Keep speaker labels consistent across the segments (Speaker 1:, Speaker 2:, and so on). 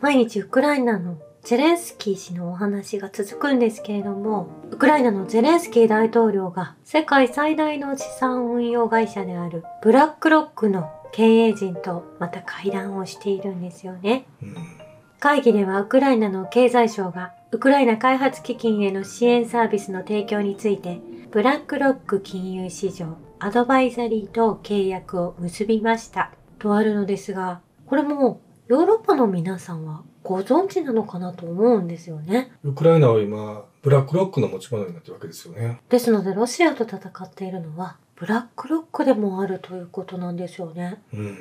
Speaker 1: 毎日ウクライナのゼレンスキー氏のお話が続くんですけれども、ウクライナのゼレンスキー大統領が世界最大の資産運用会社であるブラックロックの経営陣とまた会談をしているんですよね。会議ではウクライナの経済省がウクライナ開発基金への支援サービスの提供についてブラックロック金融市場アドバイザリーと契約を結びましたとあるのですがこれもヨーロッパの皆さんはご存知なのかなと思うんですよね
Speaker 2: ウクライナは今、ブラックロックの持ち物になってるわけですよね。
Speaker 1: ですのでロシアと戦っているのはブラックロックでもあるということなんですよね
Speaker 2: うん。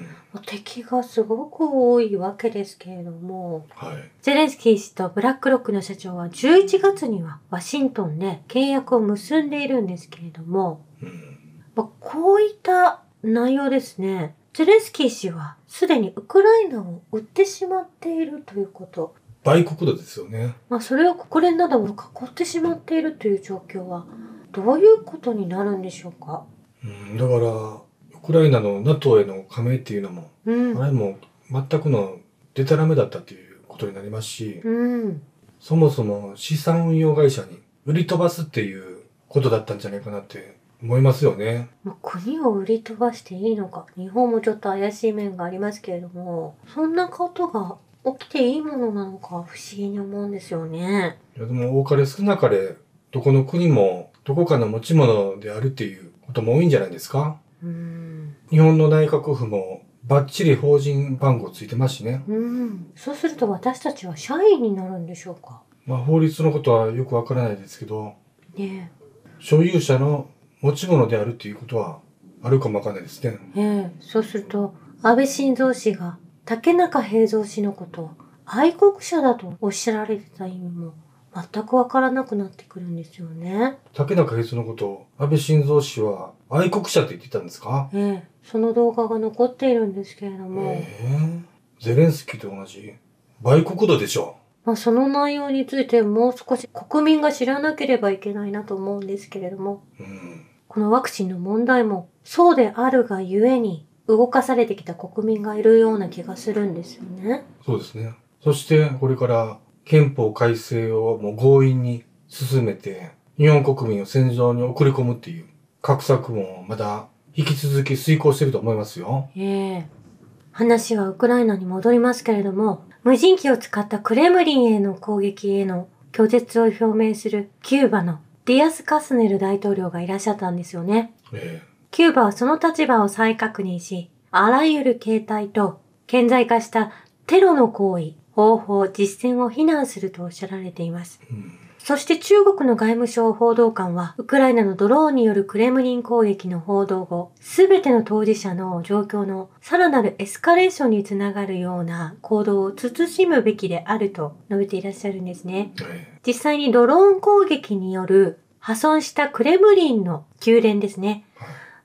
Speaker 1: 敵がすごく多いわけですけれども
Speaker 2: はい。
Speaker 1: ゼレンスキー氏とブラックロックの社長は11月にはワシントンで契約を結んでいるんですけれども、
Speaker 2: うん。
Speaker 1: まあ、こういった内容ですね。ゼレンスキー氏はすでにウクライナを売ってしまっているということ。
Speaker 2: 売国度ですよね。
Speaker 1: まあ、それを国連なども囲ってしまっているという状況はどういうことになるんでしょうか
Speaker 2: うん。だから、ウクライナの NATO への加盟っていうのも、
Speaker 1: うん。
Speaker 2: あれも全くのデタラメだったっていうことになりますし、
Speaker 1: うん。
Speaker 2: そもそも資産運用会社に売り飛ばすっていうことだったんじゃないかなって思いますよね。
Speaker 1: まあ国を売り飛ばしていいのか日本もちょっと怪しい面がありますけれどもそんなことが起きていいものなのか不思議に思うんですよね。
Speaker 2: いやでも多かれ少なかれ、どこの国もどこかの持ち物であるっていうことも多いんじゃないですか
Speaker 1: うーん
Speaker 2: 日本の内閣府もバッチリ法人番号ついてますしね。
Speaker 1: うんそうすると私たちは社員になるんでしょうか
Speaker 2: まあ法律のことはよくわからないですけど、
Speaker 1: ね
Speaker 2: 所有者の持ち物であるっていうことはあるかもわかんないですね。
Speaker 1: えええそうすると安倍晋三氏が竹中平蔵氏のことを愛国者だとおっしゃられてた意味も全くわからなくなってくるんですよね。
Speaker 2: 竹中平蔵のことを安倍晋三氏は愛国者って言ってたんですか
Speaker 1: ええ、その動画が残っているんですけれども。
Speaker 2: ええゼレンスキーと同じ売国度でしょ
Speaker 1: まあ、その内容についてもう少し国民が知らなければいけないなと思うんですけれども、
Speaker 2: うん。
Speaker 1: このワクチンの問題もそうであるがゆえに動かされてきた国民がいるような気がするんですよね。
Speaker 2: そうですね。そしてこれから憲法改正をもう強引に進めて日本国民を戦場に送り込むっていう格策もまだ引き続き遂行してると思いますよ。
Speaker 1: ええ。話はウクライナに戻りますけれども、無人機を使ったクレムリンへの攻撃への拒絶を表明するキューバのディアス・カスネル大統領がいらっしゃったんですよね。
Speaker 2: え
Speaker 1: キューバはその立場を再確認し、あらゆる形態と顕在化したテロの行為、方法、実践を非難するとおっしゃられています。
Speaker 2: えうん
Speaker 1: そして中国の外務省報道官は、ウクライナのドローンによるクレムリン攻撃の報道後、すべての当事者の状況のさらなるエスカレーションにつながるような行動を慎むべきであると述べていらっしゃるんですね。
Speaker 2: え
Speaker 1: 実際にドローン攻撃による破損したクレムリンの宮殿ですね。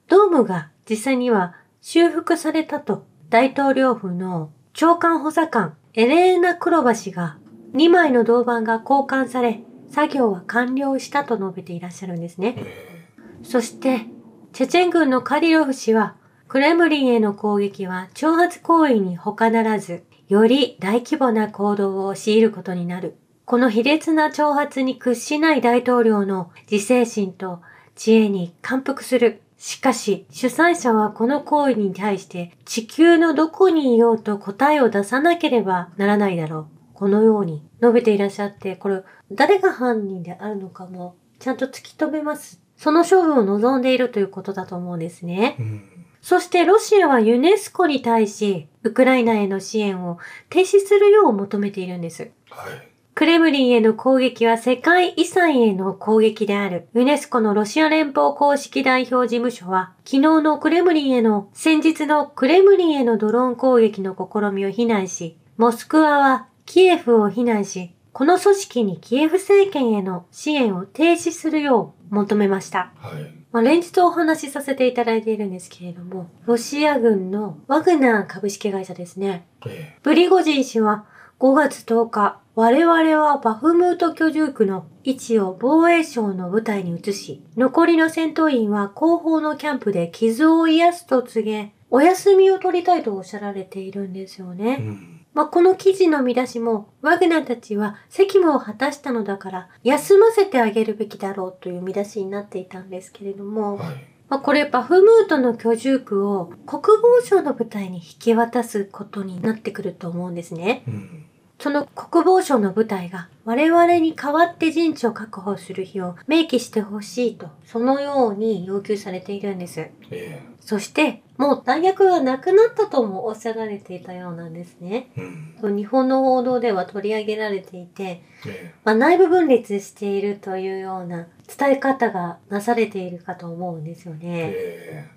Speaker 1: ドームが実際には修復されたと大統領府の長官補佐官エレーナ・クロバ氏が2枚の銅板が交換され作業は完了したと述べていらっしゃるんですね。
Speaker 2: ええ
Speaker 1: そして、チェチェン軍のカディロフ氏は、クレムリンへの攻撃は挑発行為に他ならず、より大規模な行動を強いることになる。この卑劣な挑発に屈しない大統領の自制心と知恵に感服する。しかし、主催者はこの行為に対して地球のどこにいようと答えを出さなければならないだろう。このように述べていらっしゃって、これ、誰が犯人であるのかも、ちゃんと突き止めます。その勝負を望んでいるということだと思うんですね。
Speaker 2: うん
Speaker 1: そしてロシアはユネスコに対し、ウクライナへの支援を停止するよう求めているんです。
Speaker 2: はい。
Speaker 1: クレムリンへの攻撃は世界遺産への攻撃である。ユネスコのロシア連邦公式代表事務所は、昨日のクレムリンへの、先日のクレムリンへのドローン攻撃の試みを非難し、モスクワはキエフを非難し、この組織にキエフ政権への支援を停止するよう求めました。
Speaker 2: はい。
Speaker 1: まあ、連日お話しさせていただいているんですけれども、ロシア軍のワグナー株式会社ですね。
Speaker 2: え
Speaker 1: プリゴジン氏は5月10日、我々はバフムート居住区の位置を防衛省の部隊に移し、残りの戦闘員は後方のキャンプで傷を癒すと告げ、お休みを取りたいとおっしゃられているんですよ
Speaker 2: えう
Speaker 1: ね。
Speaker 2: ん。
Speaker 1: まあ、この記事の見出しも、ワグナーたちは責務を果たしたのだから、休ませてあげるべきだろうという見出しになっていたんですけれども、
Speaker 2: はい。
Speaker 1: まあ、これバフムートの居住区を国防省の部隊に引き渡すことになってくると思うんですね。
Speaker 2: うん。
Speaker 1: その国防省の部隊が我々に代わって陣地を確保する日を明記してほしいと、そのように要求されているんです。
Speaker 2: え
Speaker 1: そして、もう弾薬がなくなったともおっしゃられていたようなんですね。
Speaker 2: えうん。
Speaker 1: 日本の報道では取り上げられていて、
Speaker 2: え
Speaker 1: まあ、内部分裂しているというような伝え方がなされているかと思うんですよ
Speaker 2: え
Speaker 1: ね。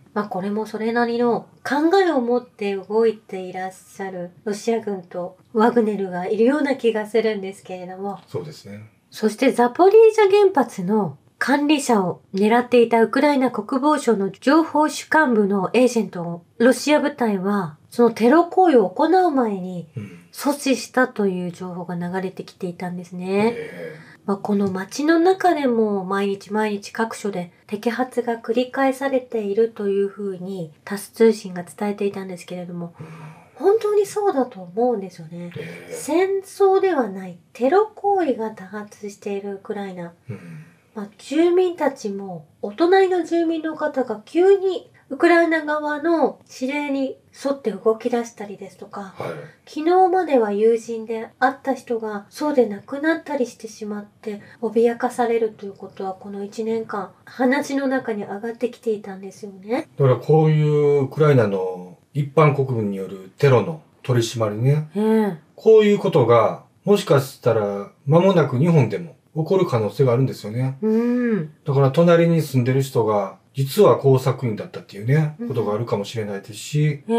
Speaker 2: え
Speaker 1: まあこれもそれなりの考えを持って動いていらっしゃるロシア軍とワグネルがいるような気がするんですけれども、
Speaker 2: えそうですね。
Speaker 1: そしてザポリージャ原発の管理者を狙っていたウクライナ国防省の情報主幹部のエージェントをロシア部隊はそのテロ行為を行う前に
Speaker 2: うん。
Speaker 1: 阻止したという情報が流れてきていたんですね。
Speaker 2: え
Speaker 1: まあ、この街の中でも毎日毎日各所で摘発が繰り返されているというふうにタス通信が伝えていたんですけれども
Speaker 2: えうん
Speaker 1: 本当にそうだと思うんですよね。
Speaker 2: ええ
Speaker 1: 戦争ではないテロ行為が多発しているウクライナ
Speaker 2: うん。
Speaker 1: まあ、住民たちも、お隣の住民の方が急にウクライナ側の指令に沿って動き出したりですとか、
Speaker 2: はい。
Speaker 1: 昨日までは友人で会った人がそうで亡くなったりしてしまって脅かされるということはこの1年間話の中に上がってきていたんですよね。
Speaker 2: だからこういうウクライナの一般国民によるテロの取り締まりね。
Speaker 1: ええ。
Speaker 2: こういうことが、もしかしたら間もなく日本でも起こる可能性があるんですよね。
Speaker 1: うん。
Speaker 2: だから隣に住んでる人が、実は工作員だったっていうね
Speaker 1: うん、
Speaker 2: ことがあるかもしれないですし、
Speaker 1: ええ。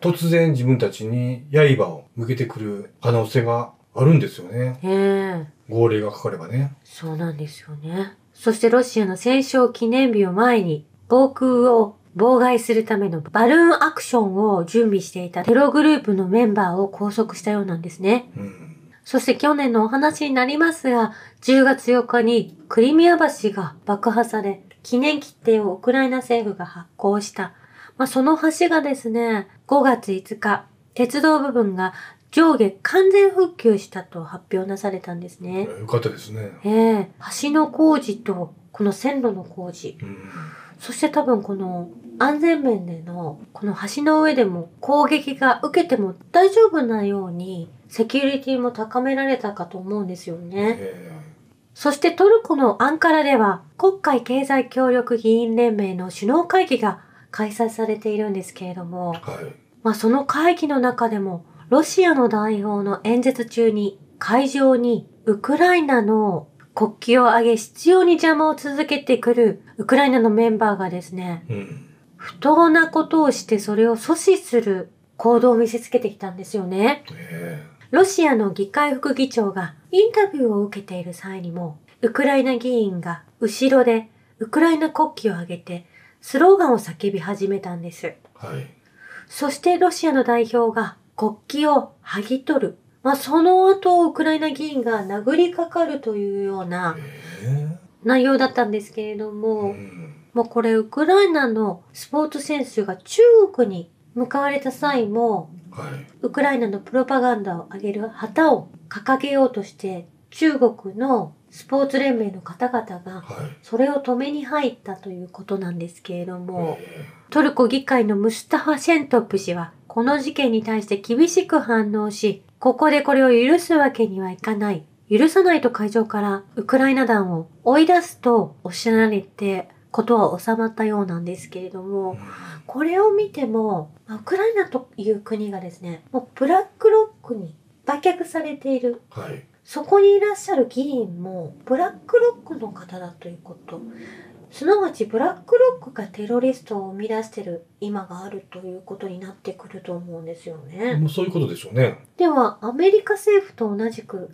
Speaker 2: 突然自分たちに刃を向けてくる可能性があるんですよね。
Speaker 1: ええ。
Speaker 2: 号令がかかればね。
Speaker 1: そうなんですよね。そしてロシアの戦勝記念日を前に、防空を妨害するためのバルーンアクションを準備していたテログループのメンバーを拘束したようなんですね。
Speaker 2: うん。
Speaker 1: そして去年のお話になりますが、10月4日にクリミア橋が爆破され、記念切手をウクライナ政府が発行した。まあ、その橋がですね、5月5日、鉄道部分が上下完全復旧したと発表なされたんですね。
Speaker 2: よかったですね。
Speaker 1: ええ橋の工事と、この線路の工事。
Speaker 2: うん。
Speaker 1: そして多分この安全面での、この橋の上でも攻撃が受けても大丈夫なように、セキュリティも高められたかと思うんですよね。
Speaker 2: え
Speaker 1: そしてトルコのアンカラでは、国会経済協力議員連盟の首脳会議が開催されているんですけれども
Speaker 2: え、はい。
Speaker 1: まあ、その会議の中でも、ロシアの代表の演説中に、会場にウクライナの国旗を上げ、必要に邪魔を続けてくるウクライナのメンバーがですね、
Speaker 2: うん。
Speaker 1: 不当なことをしてそれを阻止する行動を見せつけてきたんですよね。
Speaker 2: え
Speaker 1: ロシアの議会副議長がインタビューを受けている際にも、ウクライナ議員が後ろでウクライナ国旗を上げて、スローガンを叫び始めたんです。
Speaker 2: えはい。
Speaker 1: そしてロシアの代表が国旗を剥ぎ取る。まあ、その後、ウクライナ議員が殴りかかるというような
Speaker 2: え
Speaker 1: 内容だったんですけれど
Speaker 2: え
Speaker 1: も
Speaker 2: う、ん。
Speaker 1: もうこれ、ウクライナのスポーツ選手が中国に向かわれた際も、
Speaker 2: はい。
Speaker 1: ウクライナのプロパガンダを上げる旗を掲げようとして、中国のスポーツ連盟の方々が、
Speaker 2: はい。
Speaker 1: それを止めに入ったということなんですけれども、
Speaker 2: え
Speaker 1: トルコ議会のムスタファ・シェントップ氏は、この事件に対して厳しく反応し、ここでこれを許すわけにはいかない。許さないと会場からウクライナ団を追い出すとおっしゃられて、ことは収まったようなんですけれど
Speaker 2: えう
Speaker 1: も
Speaker 2: ん、
Speaker 1: これを見ても、まあウクライナという国がですね、もうブラックロックに売却されている。
Speaker 2: はい。
Speaker 1: そこにいらっしゃる議員も、ブラックロックの方だということ。すなわち、ブラックロックがテロリストを生み出してる今があるということになってくると思うんですよね。
Speaker 2: もうそういうことでしょうね。
Speaker 1: では、アメリカ政府と同じく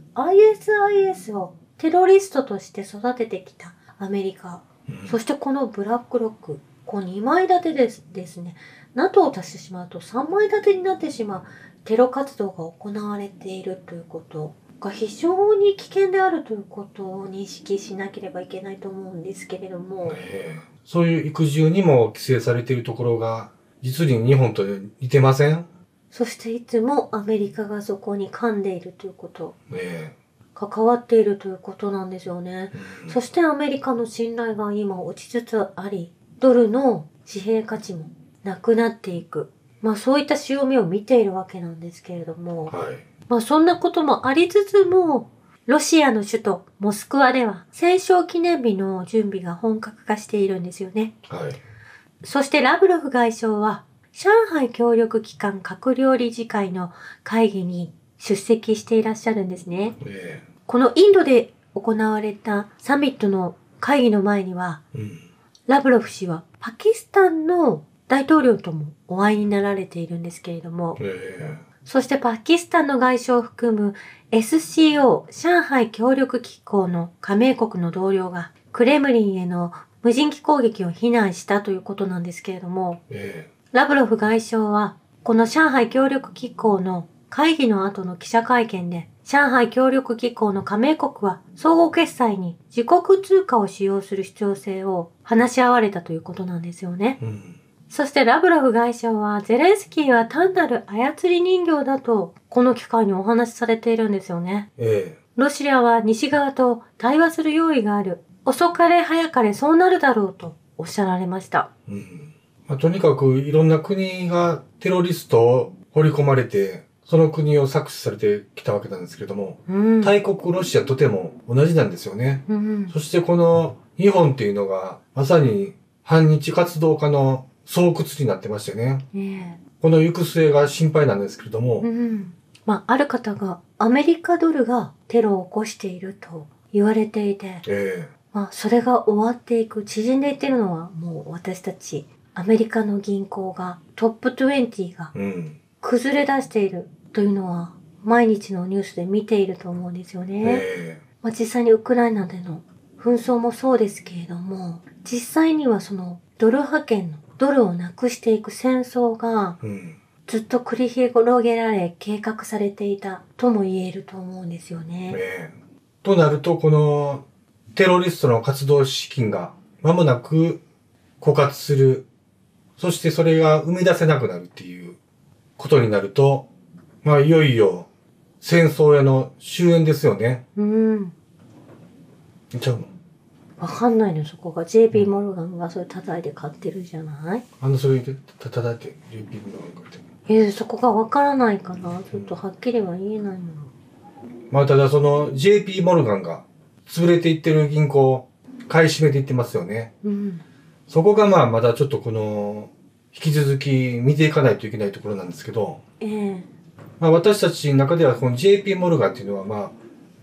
Speaker 1: ISIS をテロリストとして育ててきたアメリカ。
Speaker 2: うん
Speaker 1: そしてこのブラックロック。こう2枚立てですですね。NATO を足してしまうと3枚立てになってしまうテロ活動が行われているということが非常に危険であるということを認識しなければいけないと思うんですけれども。
Speaker 2: ええそういう育児にも規制されているところが、実に日本と似てません
Speaker 1: そしていつもアメリカがそこに噛んでいるということ、
Speaker 2: え
Speaker 1: 関わっているということなんですよね。
Speaker 2: えうん
Speaker 1: そしてアメリカの信頼が今落ちつつあり、ドルの紙幣価値もなくなっていく。まあそういった潮目を見ているわけなんですけれども、
Speaker 2: はい。
Speaker 1: まあそんなこともありつつも、ロシアの首都モスクワでは戦勝記念日の準備が本格化しているんですよね。
Speaker 2: はい。
Speaker 1: そしてラブロフ外相は、上海協力機関閣僚理事会の会議に出席していらっしゃるんですね。
Speaker 2: え
Speaker 1: このインドで行われたサミットの会議の前には、
Speaker 2: えうん。
Speaker 1: ラブロフ氏はパキスタンの大統領ともお会いになられているんですけれども、
Speaker 2: ええ
Speaker 1: そしてパキスタンの外相を含む SCO 上海協力機構の加盟国の同僚がクレムリンへの無人機攻撃を非難したということなんですけれども、
Speaker 2: え
Speaker 1: ラブロフ外相はこの上海協力機構の会議の後の記者会見で上海協力機構の加盟国は総合決済に自国通貨を使用する必要性を話し合われたということなんですよね。
Speaker 2: えうん。
Speaker 1: そしてラブロフ外相は、ゼレンスキーは単なる操り人形だと、この機会にお話しされているんですよね。
Speaker 2: え
Speaker 1: ロシアは西側と対話する用意がある。遅かれ早かれそうなるだろうとおっしゃられました。
Speaker 2: えうん。まあ、とにかくいろんな国がテロリストを掘り込まれて、その国を搾取されてきたわけなんですけれども、
Speaker 1: うん。
Speaker 2: 大国ロシアとても同じなんですよね。
Speaker 1: うん。
Speaker 2: そしてこの日本っていうのが、まさに反日活動家の巣窟になってましてね。
Speaker 1: ね
Speaker 2: この行く末が心配なんですけれど
Speaker 1: え
Speaker 2: も
Speaker 1: う、ん。まあ、ある方が、アメリカドルがテロを起こしていると言われていて、
Speaker 2: え
Speaker 1: まあ、それが終わっていく、縮んでいってるのはもう私たち、アメリカの銀行が、トップ20が
Speaker 2: えうん。
Speaker 1: 崩れ出しているというのは毎日のニュースで見ていると思うんですよね。
Speaker 2: え
Speaker 1: まあ、実際にウクライナでの紛争もそうですけれども実際にはそのドル派遣のドルをなくしていく戦争が
Speaker 2: えうん。
Speaker 1: ずっと繰り広げられ計画されていたとも言えると思うんですよ
Speaker 2: え
Speaker 1: ね。
Speaker 2: えとなると、このテロリストの活動資金が間もなく枯渇する。そしてそれが生み出せなくなるっていうことになると、まあいよいよ戦争への終焉ですよね。
Speaker 1: うん。
Speaker 2: ちゃうの
Speaker 1: わかんないのそこが JP モルガンがそれ叩いて買ってるじゃない
Speaker 2: あの、それで、た、ただいて、リューピングなんかって。
Speaker 1: えそこがわからないからちょっとはっきりは言えないの。
Speaker 2: まあ、ただその、JP モルガンが、潰れていってる銀行を買い占めていってますよね。
Speaker 1: うん。
Speaker 2: そこがまあ、まだちょっとこの、引き続き見ていかないといけないところなんですけど、
Speaker 1: ええ
Speaker 2: まあ、私たちの中では、この JP モルガンっていうのはまあ、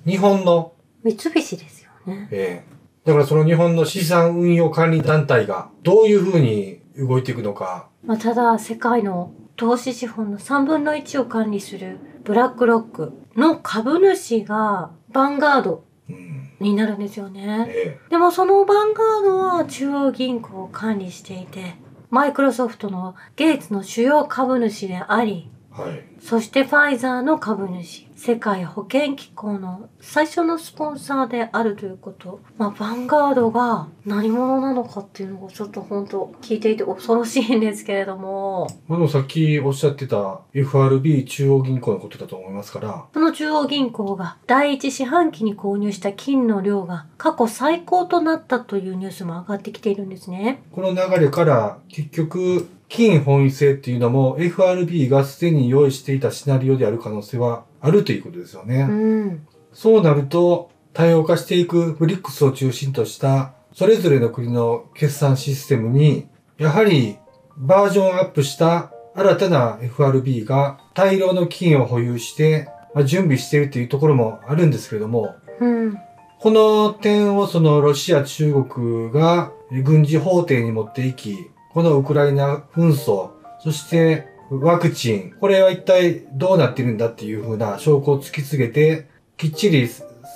Speaker 2: 日本の、
Speaker 1: 三菱ですよね。
Speaker 2: ええだからその日本の資産運用管理団体が、どういうふうに動いていくのか、
Speaker 1: まあ、ただ、世界の投資資本の3分の1を管理するブラックロックの株主がヴァンガード
Speaker 2: うん、
Speaker 1: になるんですよね。
Speaker 2: え
Speaker 1: でもそのヴァンガードは中央銀行を管理していて、マイクロソフトのゲイツの主要株主であり、
Speaker 2: えはい。
Speaker 1: そしてファイザーの株主、世界保健機構の最初のスポンサーであるということ。まあ、ヴァンガードが何者なのかっていうのがちょっと本当聞いていて恐ろしいんですけれども、
Speaker 2: まあ、でもさっきおっしゃってた FRB 中央銀行のことだと思いますから、
Speaker 1: その中央銀行が第一四半期に購入した金の量が過去最高となったというニュースも上がってきているんですね。
Speaker 2: この流れから結局、金本位制っていうのも FRB がすでに用意していたシナリオである可能性はあるということですよね。
Speaker 1: うん。
Speaker 2: そうなると、多様化していくブリックスを中心とした、それぞれの国の決算システムに、やはりバージョンアップした新たな FRB が大量の金を保有して、まあ準備しているというところもあるんですけれども、
Speaker 1: うん。
Speaker 2: この点をそのロシア、中国が軍事法廷に持っていき、このウクライナ紛争、そしてワクチン、これは一体どうなってるんだっていうふうな証拠を突きつけて、きっちり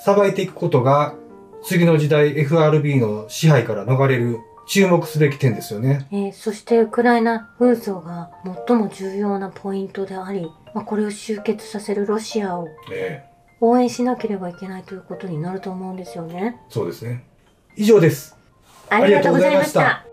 Speaker 2: 裁いていくことが、次の時代 FRB の支配から逃れる注目すべき点ですよね。
Speaker 1: えーそしてウクライナ紛争が最も重要なポイントであり、まあ、これを集結させるロシアを
Speaker 2: ええ、
Speaker 1: 応援しなければいけないということになると思うんですよね。
Speaker 2: そうですね。以上です。
Speaker 1: あ
Speaker 2: りがとうございました。